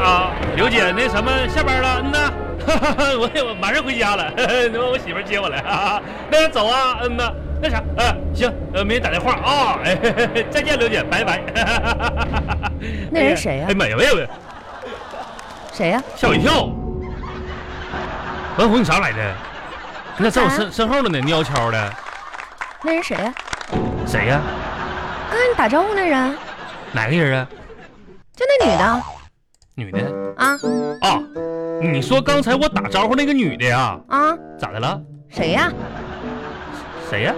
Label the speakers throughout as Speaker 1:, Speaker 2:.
Speaker 1: 啊咱们下班了，嗯呐， 哈哈哈，我我马上回家了， 呵呵我媳妇儿接我来，哈哈，那走啊，嗯呐，那啥，呃，行，呃，没人打电话啊、 哎嘿嘿嘿，再见，刘姐，拜拜。哈哈哈哈哈
Speaker 2: 那人谁呀
Speaker 1: 哎妈呀，喂喂，
Speaker 2: 谁呀、
Speaker 1: 吓我一跳！完红，你啥来的？你咋在我身身后了呢？蔫悄的，
Speaker 2: 那人谁呀、
Speaker 1: 谁呀、
Speaker 2: 刚才你打招呼那人，
Speaker 1: 哪个人啊？
Speaker 2: 就那女的
Speaker 1: 女的
Speaker 2: 啊
Speaker 1: 啊？你说刚才我打招呼那个女的呀？
Speaker 2: 啊，
Speaker 1: 咋的了？
Speaker 2: 谁呀、
Speaker 1: 谁呀、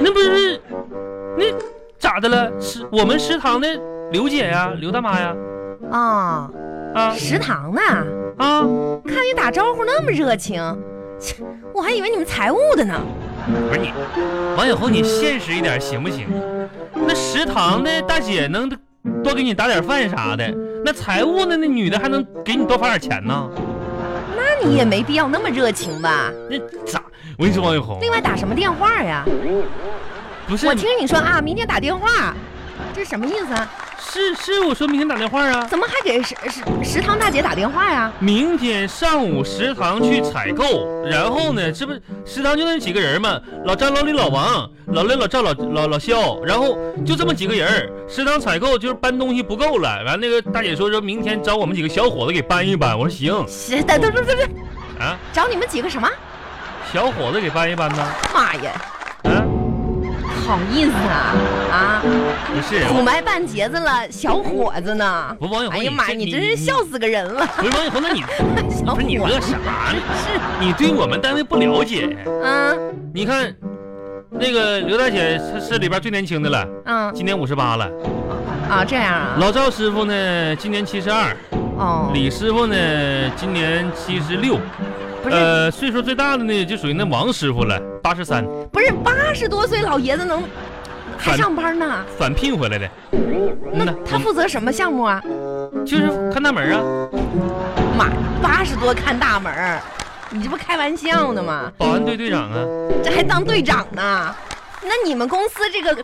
Speaker 1: 那不是那咋的了？是我们食堂的刘姐呀，刘大妈呀？
Speaker 2: 哦，
Speaker 1: 啊
Speaker 2: 食堂的，
Speaker 1: 啊！
Speaker 2: 看你打招呼那么热情，切我还以为你们财务的呢。
Speaker 1: 不是你，王小红，你现实一点行不行？那食堂的大姐能多给你打点饭啥的，那财务的那女的还能给你多发点钱呢？
Speaker 2: 那你也没必要那么热情吧？
Speaker 1: 那咋？我跟你说，王小红，
Speaker 2: 另外打什么电话呀？
Speaker 1: 不是
Speaker 2: 我听你说啊，明天打电话，这是什么意思啊？
Speaker 1: 是是，我说明天打电话啊。
Speaker 2: 怎么还给食食食堂大姐打电话呀？
Speaker 1: 明天上午食堂去采购，然后呢，这不食堂就那几个人嘛，老张、老李、老王、老雷、老赵、老老老肖，然后就这么几个人儿。食堂采购就是搬东西不够了，完那个大姐说说明天找我们几个小伙子给搬一搬，我说行
Speaker 2: 是，等等等等等，
Speaker 1: 啊，
Speaker 2: 找你们几个什么？
Speaker 1: 小伙子给搬一搬呢，
Speaker 2: 妈呀，
Speaker 1: 啊，
Speaker 2: 好意思啊啊！
Speaker 1: 不是，
Speaker 2: 土埋半截子了，小伙子呢？
Speaker 1: 哎不王小红，
Speaker 2: 哎呀妈呀，你真是笑死个人了！
Speaker 1: 不是王小红，那你
Speaker 2: 小
Speaker 1: 不
Speaker 2: 伙
Speaker 1: 是你乐
Speaker 2: 子
Speaker 1: 啥呢？
Speaker 2: 是
Speaker 1: 你对我们单位不了解，
Speaker 2: 嗯
Speaker 1: 你看。那个刘大姐是是里边最年轻的了，
Speaker 2: 嗯
Speaker 1: 今年五十八了。
Speaker 2: 啊，这样啊？
Speaker 1: 老赵师傅呢，今年七十二；
Speaker 2: 哦，
Speaker 1: 李师傅呢，今年七十六。
Speaker 2: 不是
Speaker 1: 呃，岁数最大的呢，就属于那王师傅了，八十三，
Speaker 2: 不是，八十多岁老爷子能还
Speaker 1: 反
Speaker 2: 上班呢？
Speaker 1: 返聘回来的。嗯
Speaker 2: 那
Speaker 1: 呐，
Speaker 2: 他负责什么项目啊？
Speaker 1: 就是看大门啊，
Speaker 2: 妈，八十多看大门儿，你这不开玩笑呢吗？
Speaker 1: 保安队队长啊。
Speaker 2: 这还当队长呢？那你们公司这个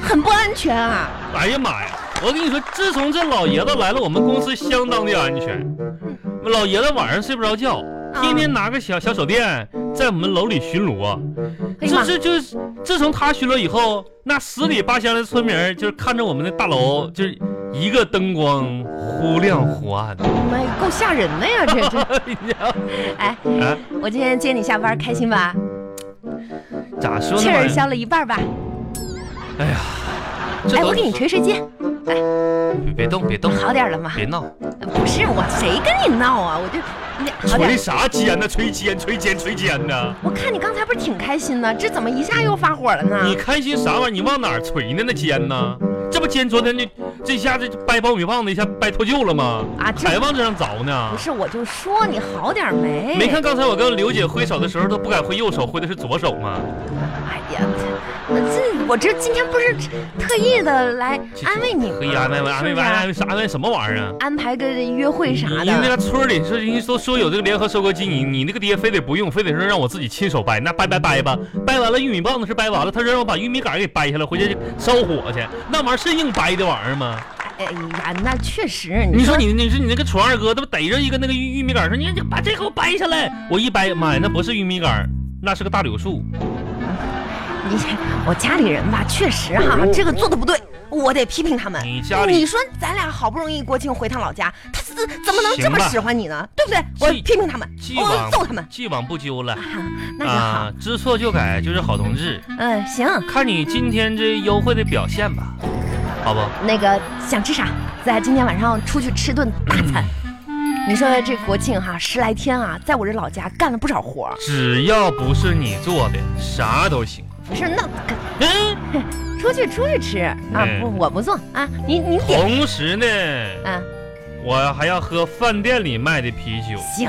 Speaker 2: 很不安全啊！
Speaker 1: 哎呀妈呀！我跟你说，自从这老爷子来了，我们公司相当的安全。
Speaker 2: 嗯
Speaker 1: 老爷子晚上睡不着觉，
Speaker 2: 啊
Speaker 1: 天天拿个小小手电在我们楼里巡逻。
Speaker 2: 哎呀
Speaker 1: 就
Speaker 2: 妈，
Speaker 1: 是就是，自从他巡逻以后，那十里八乡的村民儿就是看着我们的大楼，就是一个灯光忽亮忽暗。
Speaker 2: 妈呀，够吓人的呀！这这，
Speaker 1: 你知道
Speaker 2: 哎，
Speaker 1: 啊，
Speaker 2: 我今天接你下班，开心吧？
Speaker 1: 咋说
Speaker 2: 气儿
Speaker 1: 呢？
Speaker 2: 消了一半吧。
Speaker 1: 这
Speaker 2: 哎，
Speaker 1: 都
Speaker 2: 我给你捶捶肩，
Speaker 1: 别动，别动，
Speaker 2: 好点了吗？
Speaker 1: 别闹！
Speaker 2: 呃不是我，谁跟你闹啊？我就你好点
Speaker 1: 捶
Speaker 2: 儿。
Speaker 1: 啥肩呢？捶肩，捶肩，捶肩呢？
Speaker 2: 我看你刚才不是挺开心呢，这怎么一下又发火了
Speaker 1: 你
Speaker 2: 呢？
Speaker 1: 开心啥玩意儿？你往哪儿捶呢？那肩呢？这不肩昨天就这下这掰苞米棒子一下掰脱臼了吗？
Speaker 2: 啊这
Speaker 1: 还往这上凿呢
Speaker 2: 不？是，哎我就说你好点儿没？
Speaker 1: 没看刚才我跟刘姐挥手的时候都不敢挥右手，挥的是左手吗？
Speaker 2: 哎呀，我这我这今天不是特意的来安慰你吗？
Speaker 1: 可以安慰安慰安慰安
Speaker 2: 慰，
Speaker 1: 慰啥安慰什么玩意儿啊？
Speaker 2: 安排个约会啊啥
Speaker 1: 人家那个
Speaker 2: 的。
Speaker 1: 村儿里说，人家都说有这个联合收割机，你你那个爹非得不用，非得说让我自己亲手掰，那掰掰掰吧，掰完了玉米棒子是掰完了，他说让我把玉米杆儿给掰下来，回去烧火去，那玩意儿是硬掰的玩意儿吗？
Speaker 2: 哎呀，那确实，
Speaker 1: 你说你你说你那个楚二哥，他不逮着一个那个玉玉米杆儿，说你把这给我掰下来，我一掰，妈呀，那不是玉米杆儿，那是个大柳树，
Speaker 2: 你我家里人吧，确实哈、这个做的不对，我得批评他们。
Speaker 1: 哎你家里
Speaker 2: 你说咱俩好不容易国庆回趟老家，他怎怎么能这么
Speaker 1: 行吧
Speaker 2: 使唤你呢？对不对？我
Speaker 1: 既
Speaker 2: 批评他们，
Speaker 1: 既
Speaker 2: 我
Speaker 1: 往
Speaker 2: 哦揍他们。啊
Speaker 1: 既往不咎了
Speaker 2: 那就好
Speaker 1: 啊，，知错就改就是好同志，
Speaker 2: 嗯、行，
Speaker 1: 看你今天这优惠的表现吧，好不？
Speaker 2: 那个想吃啥，咱今天晚上出去吃顿大
Speaker 1: 嗯
Speaker 2: 餐。你说这国庆哈、十来天啊，在我这老家干了不少活儿，
Speaker 1: 只要不是你做的，啥都行。
Speaker 2: 不是那可
Speaker 1: 嗯，
Speaker 2: 出去出去吃啊，
Speaker 1: 嗯
Speaker 2: 不我不做啊，你你点
Speaker 1: 同时呢，
Speaker 2: 啊，
Speaker 1: 我还要喝饭店里卖的啤酒，
Speaker 2: 行，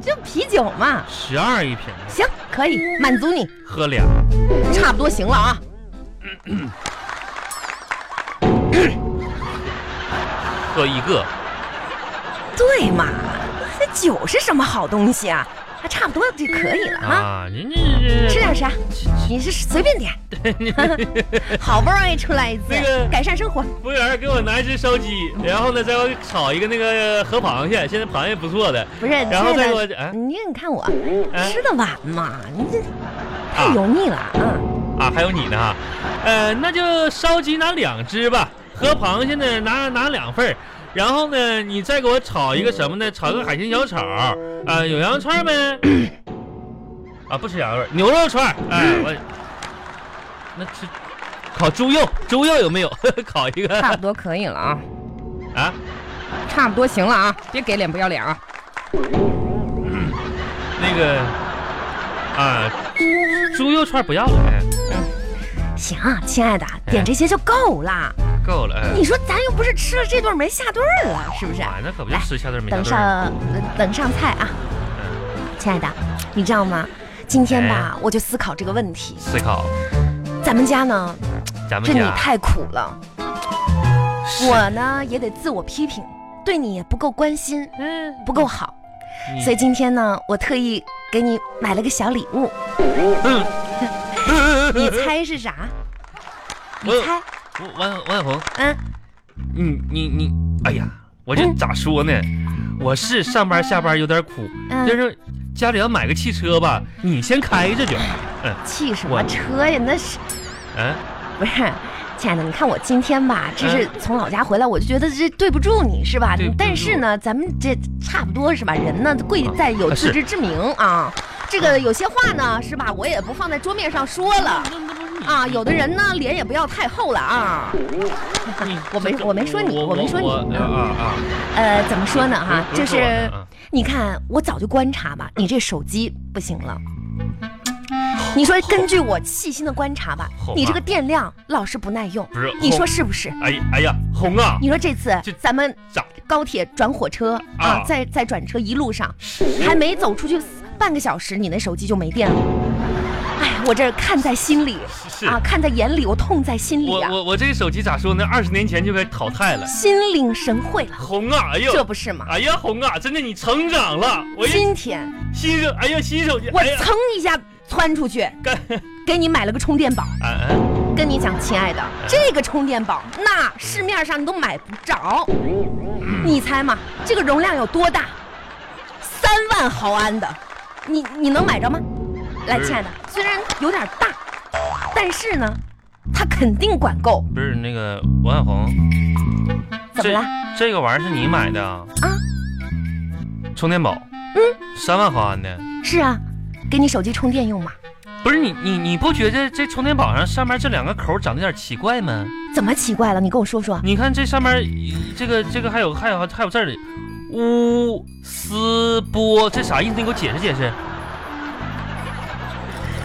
Speaker 2: 这啤酒嘛，
Speaker 1: 十二一瓶的，
Speaker 2: 行可以满足你，
Speaker 1: 喝俩。
Speaker 2: 差不多行了啊。
Speaker 1: 喝一个，
Speaker 2: 对嘛，这酒是什么好东西啊？还差不多就可以了啊。
Speaker 1: 啊，您这
Speaker 2: 吃点啥？
Speaker 1: 吃吃
Speaker 2: 你是随便点， 好不容易出来一次
Speaker 1: 那个，
Speaker 2: 改善生活。
Speaker 1: 服务员给我拿一只烧鸡，然后呢，再给我炒一个那个河螃蟹，现在螃蟹不错的。
Speaker 2: 不是，亲
Speaker 1: 然后再
Speaker 2: 爱
Speaker 1: 给我
Speaker 2: 的，
Speaker 1: 啊
Speaker 2: 你你看我
Speaker 1: 哎
Speaker 2: 吃的晚嘛，你这太油腻了啊！
Speaker 1: 啊，还有你呢，呃，那就烧鸡拿两只吧，河螃蟹呢拿拿两份儿然后呢，你再给我炒一个什么呢？炒个海鲜小炒，啊、有羊肉串儿没？啊，不吃羊肉，牛肉串儿，哎，我那吃烤猪肉，猪肉有没有？ 烤一个
Speaker 3: 差不多可以了啊，
Speaker 1: 啊？
Speaker 3: 差不多行了啊，别给脸不要脸啊！
Speaker 1: 那个啊，猪肉串不要了，哎，
Speaker 2: 行啊，亲爱的，点这些就够了。
Speaker 1: 够了，哎
Speaker 2: 你，说咱又不是吃了这顿没下顿儿了，是不是？
Speaker 1: 啊，那可不就吃下顿没下
Speaker 2: 等啊
Speaker 1: 顿儿
Speaker 2: 上等上菜啊，
Speaker 1: 嗯哎
Speaker 2: 亲爱的，你知道吗？今天吧，我就思考这个问题。
Speaker 1: 思考，
Speaker 2: 咱们家呢，
Speaker 1: 咱们
Speaker 2: 这你
Speaker 1: 家
Speaker 2: 太苦了，
Speaker 1: 是
Speaker 2: 我呢也得自我批评，对你也不够关心，
Speaker 1: 嗯
Speaker 2: 不够好。
Speaker 1: 你
Speaker 2: 所以今天呢，我特意给你买了个小礼物，
Speaker 1: 嗯，呃
Speaker 2: 你猜是啥？你
Speaker 1: 我
Speaker 2: 猜，
Speaker 1: 我王王小红，
Speaker 2: 嗯，
Speaker 1: 你你你，哎呀，我这咋说呢？我是上班下班有点苦，
Speaker 2: 嗯
Speaker 1: 但是家里要买个汽车吧，你先开着就，嗯
Speaker 2: 汽什
Speaker 1: 我
Speaker 2: 么车呀？那是
Speaker 1: 嗯，
Speaker 2: 不是？亲爱的，你看我今天吧，这是从老家回来，我就觉得这对不住你是吧
Speaker 1: 对不？住
Speaker 2: 但是呢，咱们这差不多是吧？人呢，贵在
Speaker 1: 啊
Speaker 2: 有自
Speaker 1: 是嗯
Speaker 2: 知之明啊。这个有些话呢，是吧？我也不放在桌面上说了啊。有的人呢，脸也不要太厚了啊。
Speaker 1: 你
Speaker 2: 我没我没说你我没说你
Speaker 1: 嗯
Speaker 2: 嗯
Speaker 1: 我啊啊，
Speaker 2: 呃，怎么说呢哈
Speaker 1: 啊？不
Speaker 2: 就是
Speaker 1: 我
Speaker 2: 是
Speaker 1: 呢啊
Speaker 2: 你看，我早就观察吧，你这手机不行了。你说，根据我细心的观察吧
Speaker 1: 好吧，
Speaker 2: 你这个电量老是不耐用，
Speaker 1: 不是
Speaker 2: 你说
Speaker 1: 红
Speaker 2: 是不是？
Speaker 1: 哎呀哎呀，红啊，
Speaker 2: 你说这次
Speaker 1: 这
Speaker 2: 咱们
Speaker 1: 咋
Speaker 2: 高铁转火车
Speaker 1: 啊
Speaker 2: 啊，再再转车一路上，还没走出去半个小时，你那手机就没电了。哎，我这看在心里
Speaker 1: 是
Speaker 2: 啊，看在眼里，我痛在心里
Speaker 1: 我
Speaker 2: 啊，
Speaker 1: 我我这个手机咋说呢？二十年前就该淘汰了。
Speaker 2: 心领神会了，
Speaker 1: 红啊，哎
Speaker 2: 这
Speaker 1: 呦，
Speaker 2: 不是吗？
Speaker 1: 哎呀，红啊，真的你成长了。我一
Speaker 2: 今天
Speaker 1: 新手，哎呀，新手机，
Speaker 2: 我
Speaker 1: 哎呀，
Speaker 2: 噌一下窜出去，
Speaker 1: 干，
Speaker 2: 给你买了个充电宝。
Speaker 1: 啊啊，
Speaker 2: 跟你讲，亲爱的，
Speaker 1: 哎
Speaker 2: 这个充电宝那市面上你都买不着，你猜嘛，这个容量有多大？三万毫安的，你你能买着吗？来，
Speaker 1: 嗯
Speaker 2: 亲爱的，虽然有点大，但是呢，它肯定管够。
Speaker 1: 不是那个王小红，
Speaker 2: 怎么
Speaker 1: 这
Speaker 2: 了？
Speaker 1: 这个玩意儿是你买的啊？
Speaker 2: 啊
Speaker 1: 充电宝，嗯，三万毫安的，
Speaker 2: 是啊，给你手机充电用嘛？
Speaker 1: 不是你你你不觉得这充电宝上上面这两个口长得有点奇怪吗？
Speaker 2: 怎么奇怪了？你跟我说说。
Speaker 1: 你看这上面这个这个还有还有还有字儿的，乌斯波，这啥意思？你给我解释解释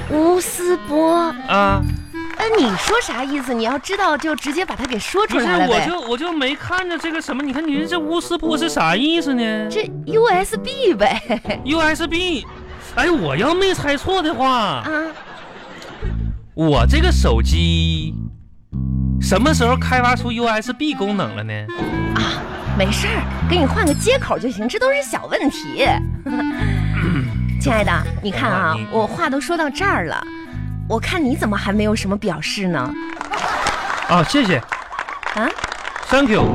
Speaker 2: 吴思波，
Speaker 1: 啊！
Speaker 2: 呃，你说啥意思？你要知道就直接把它给说出
Speaker 1: 不是，
Speaker 2: 来了
Speaker 1: 我
Speaker 2: 呗。
Speaker 1: 就我就没看着这个什么，你看你这乌斯波是啥意思呢
Speaker 2: 这 USB 呗，
Speaker 1: ？USB，哎，我要没猜错的话，
Speaker 2: 啊。
Speaker 1: 我这个手机什么时候开发出 USB 功能了呢？
Speaker 2: 啊，没事儿，给你换个接口就行，这都是小问题。亲爱的，你看啊
Speaker 1: 你，
Speaker 2: 我话都说到这儿了，我看你怎么还没有什么表示呢？
Speaker 1: 啊，谢谢
Speaker 2: 啊，
Speaker 1: ，Thank you，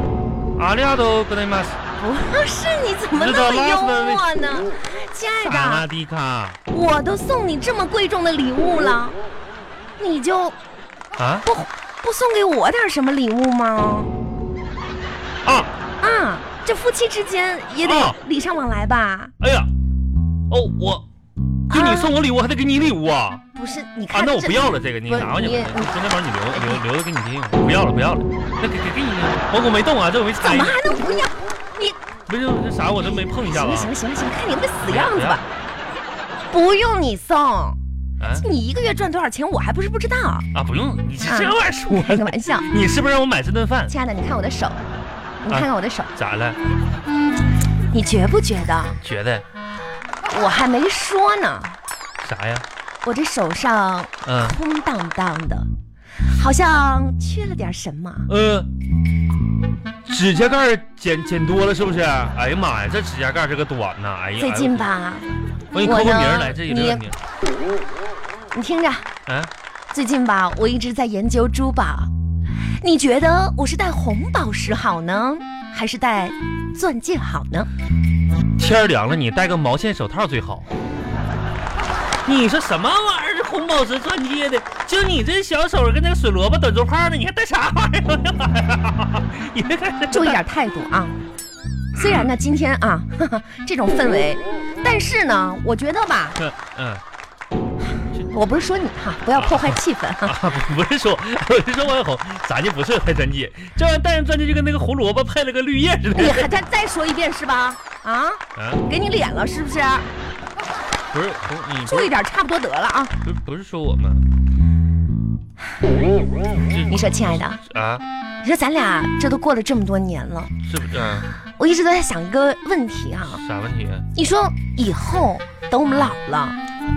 Speaker 1: 阿里亚多格雷马斯，
Speaker 2: 不 是，你怎么那么幽默呢？亲爱
Speaker 1: 萨拉
Speaker 2: 的，
Speaker 1: 迪卡
Speaker 2: 我都送你这么贵重的礼物了，你就
Speaker 1: 啊
Speaker 2: 不不送给我点什么礼物吗？
Speaker 1: 啊！
Speaker 2: 啊，这夫妻之间也
Speaker 1: 哦
Speaker 2: 得礼尚往来吧？啊
Speaker 1: 哎呀，哦，我给你送我礼物，还得给你礼物啊！
Speaker 2: 不是，你
Speaker 1: 啊
Speaker 2: 看，
Speaker 1: 那我
Speaker 2: 这
Speaker 1: 不要了，这个你
Speaker 2: 不
Speaker 1: 拿回去吧，
Speaker 2: 你
Speaker 1: 你充电宝你留留留着给你爹用，不要了不要了，那给给给你，我我没动啊，这我没
Speaker 2: 怎
Speaker 1: 猜
Speaker 2: 么，还能不要？你
Speaker 1: 不是这啥我都没碰一下哎
Speaker 2: 行
Speaker 1: 子
Speaker 2: 了
Speaker 1: 啊
Speaker 2: 行了行了行了，看你那死样子吧。不用你送，
Speaker 1: 啊
Speaker 2: 你一个月赚多少钱，我还不是不知道。
Speaker 1: 啊！不用，你这这玩意儿说
Speaker 2: 开个
Speaker 1: 的，
Speaker 2: 玩笑，
Speaker 1: 你是不是让我买这顿饭？
Speaker 2: 亲爱的，你看我的手，你
Speaker 1: 哎
Speaker 2: 看看我的手，
Speaker 1: 咋了？
Speaker 2: 你觉不觉得？
Speaker 1: 觉得
Speaker 2: 我还没说呢，
Speaker 1: 啥呀？
Speaker 2: 我这手上
Speaker 1: 嗯
Speaker 2: 空荡荡的，好像缺了点什么。
Speaker 1: 呃，指甲盖儿剪剪多了是不是？哎呀妈呀，这指甲盖儿这个短呐！哎呀，
Speaker 2: 最近吧，
Speaker 1: 哎呦，我给你
Speaker 2: 我
Speaker 1: 扣个
Speaker 2: 呢
Speaker 1: 名儿来，这有
Speaker 2: 你
Speaker 1: 点名。
Speaker 2: 你听着，
Speaker 1: 啊，
Speaker 2: 最近吧，我一直在研究珠宝。你觉得我是戴红宝石好呢，还是戴钻戒好呢？
Speaker 1: 天儿凉了，你戴个毛线手套最好。你说什么玩意儿？这红宝石钻戒的，就你这小手跟那个水萝卜短竹炮呢，你还戴啥玩意儿？你别看这
Speaker 2: 注意点态度啊！虽然呢，今天啊 呵呵这种氛围，但是呢，我觉得吧，
Speaker 1: 嗯嗯
Speaker 2: 我不是说你哈，不要破坏气氛 哈。
Speaker 1: 啊，不不是说，我是说王小红，咱就不是 戴钻戒，这玩意儿戴上钻戒就跟那个胡萝卜配了个绿叶似的
Speaker 2: 你。还再再说一遍是吧？啊，
Speaker 1: 啊，
Speaker 2: 给你脸了是不是？
Speaker 1: 不是红，你不
Speaker 2: 注
Speaker 1: 是
Speaker 2: 意点，差不多得了啊！
Speaker 1: 不是不是说我吗？
Speaker 2: 你说，亲爱的，
Speaker 1: 啊，
Speaker 2: 你说咱俩这都过了这么多年了，
Speaker 1: 是不是啊？
Speaker 2: 我一直都在想一个问题哈、
Speaker 1: 啥问题啊？
Speaker 2: 你说以后等我们老了，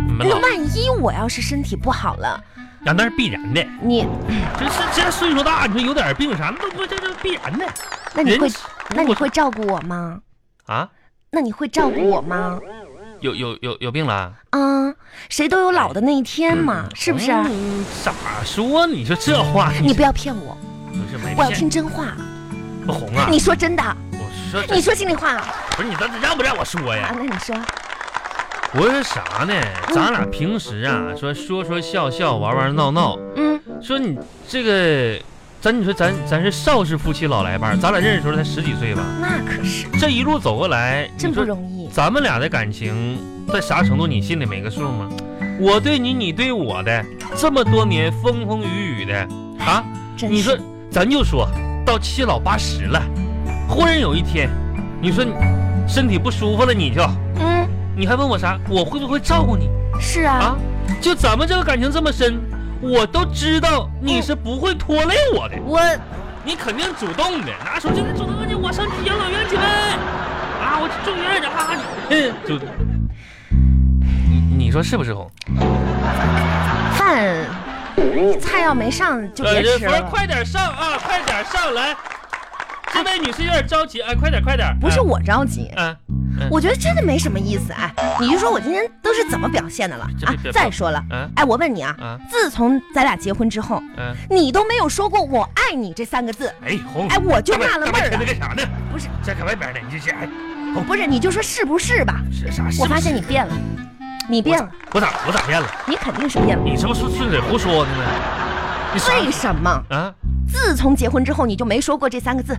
Speaker 1: 你们
Speaker 2: 那
Speaker 1: 老
Speaker 2: 万一我要是身体不好了，
Speaker 1: 那那是必然的，
Speaker 2: 你
Speaker 1: 这是这岁数大，你说有点病啥，那都不这这必然的。
Speaker 2: 那你
Speaker 1: 人
Speaker 2: 会
Speaker 1: 是
Speaker 2: 那
Speaker 1: 哎
Speaker 2: 你
Speaker 1: 我
Speaker 2: 会照顾我吗？
Speaker 1: 啊？
Speaker 2: 那你会照顾我吗？
Speaker 1: 有有有有病了？
Speaker 2: 啊，谁都有老的那一天嘛，是不是？啊
Speaker 1: 嗯咋说？你说这话，
Speaker 2: 你不要骗我，
Speaker 1: 不是没
Speaker 2: 我要
Speaker 1: 哎骗
Speaker 2: 听真话。
Speaker 1: 不红啊？
Speaker 2: 你说真的，
Speaker 1: 我说这
Speaker 2: 你说啊心里话啊？
Speaker 1: 不是你到底让不让我说呀？
Speaker 2: 那你说，
Speaker 1: 我是啥呢？咱俩平时啊，说说说笑笑，玩玩闹闹，
Speaker 2: 嗯，
Speaker 1: 说你这个，咱你说咱咱是邵氏夫妻老来伴儿，咱俩认识的时候才十几岁吧，
Speaker 2: 那可是
Speaker 1: 这一路走过来，
Speaker 2: 真
Speaker 1: 你
Speaker 2: 不
Speaker 1: 说
Speaker 2: 容易。
Speaker 1: 咱们俩的感情在啥程度，你心里没个数吗？我对你，你对我的，这么多年风风雨雨的啊，
Speaker 2: 真
Speaker 1: 你说
Speaker 2: 哎是，
Speaker 1: 咱就说到七老八十了，忽然有一天，你说你身体不舒服了，你就
Speaker 2: 嗯，
Speaker 1: 你还问我啥？我会不会照顾你
Speaker 2: 是啊，
Speaker 1: 啊？就咱们这个感情这么深，我都知道
Speaker 2: 嗯
Speaker 1: 你是不会拖累我的，
Speaker 2: 我
Speaker 1: 你肯定主动的，拿手机来主动的，我上养老院去呗，啊，我住院去，哈哈，嗯， 就。你你说是不是红？
Speaker 2: 饭菜要没上就别
Speaker 1: 呃
Speaker 2: 吃
Speaker 1: 不是
Speaker 2: 了。
Speaker 1: 快点上啊！快点上来！这位女士有点着急，哎，快点快点！
Speaker 2: 不是
Speaker 1: 哎
Speaker 2: 我着急，
Speaker 1: 啊，
Speaker 2: 我觉得真的没什么意思。哎，你就说我今天都是怎么表现的了
Speaker 1: 这
Speaker 2: 啊
Speaker 1: 这这？
Speaker 2: 再说了，
Speaker 1: 啊
Speaker 2: 哎，我问你啊，
Speaker 1: 啊
Speaker 2: 自从咱俩结婚之后，
Speaker 1: 啊！
Speaker 2: 你都没有说过我爱你这三个字。
Speaker 1: 哎，红，
Speaker 2: 哎，我就纳了闷儿
Speaker 1: 这
Speaker 2: 了，
Speaker 1: 干啥呢？
Speaker 2: 不是
Speaker 1: 这搁外边呢，你这是哎，
Speaker 2: 不是，你就说是不是吧？
Speaker 1: 是啥？
Speaker 2: 我发现你变了，你变了，
Speaker 1: 我咋我咋变了？
Speaker 2: 你肯定是变了。
Speaker 1: 你这不是顺嘴胡说呢？你啥
Speaker 2: 为什么
Speaker 1: 啊？
Speaker 2: 自从结婚之后你就没说过这三个字？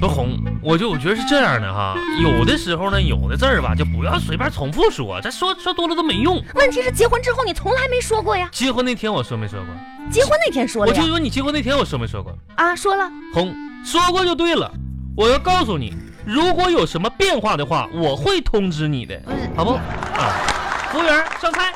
Speaker 1: 不红，我就我觉得是这样的哈，有的时候呢，有的字儿吧，就不要随便重复说，这说说多了都没用。
Speaker 2: 问题是结婚之后你从来没说过呀，
Speaker 1: 结婚那天我说没说过？
Speaker 2: 结婚那天说
Speaker 1: 我
Speaker 2: 了
Speaker 1: 就
Speaker 2: 呀，
Speaker 1: 说你结婚那天我说没说过？
Speaker 2: 啊，说了，
Speaker 1: 红，说过就对了。我要告诉你，如果有什么变化的话，我会通知你的，
Speaker 2: 不是嗯
Speaker 1: 好不？啊，服务员上菜。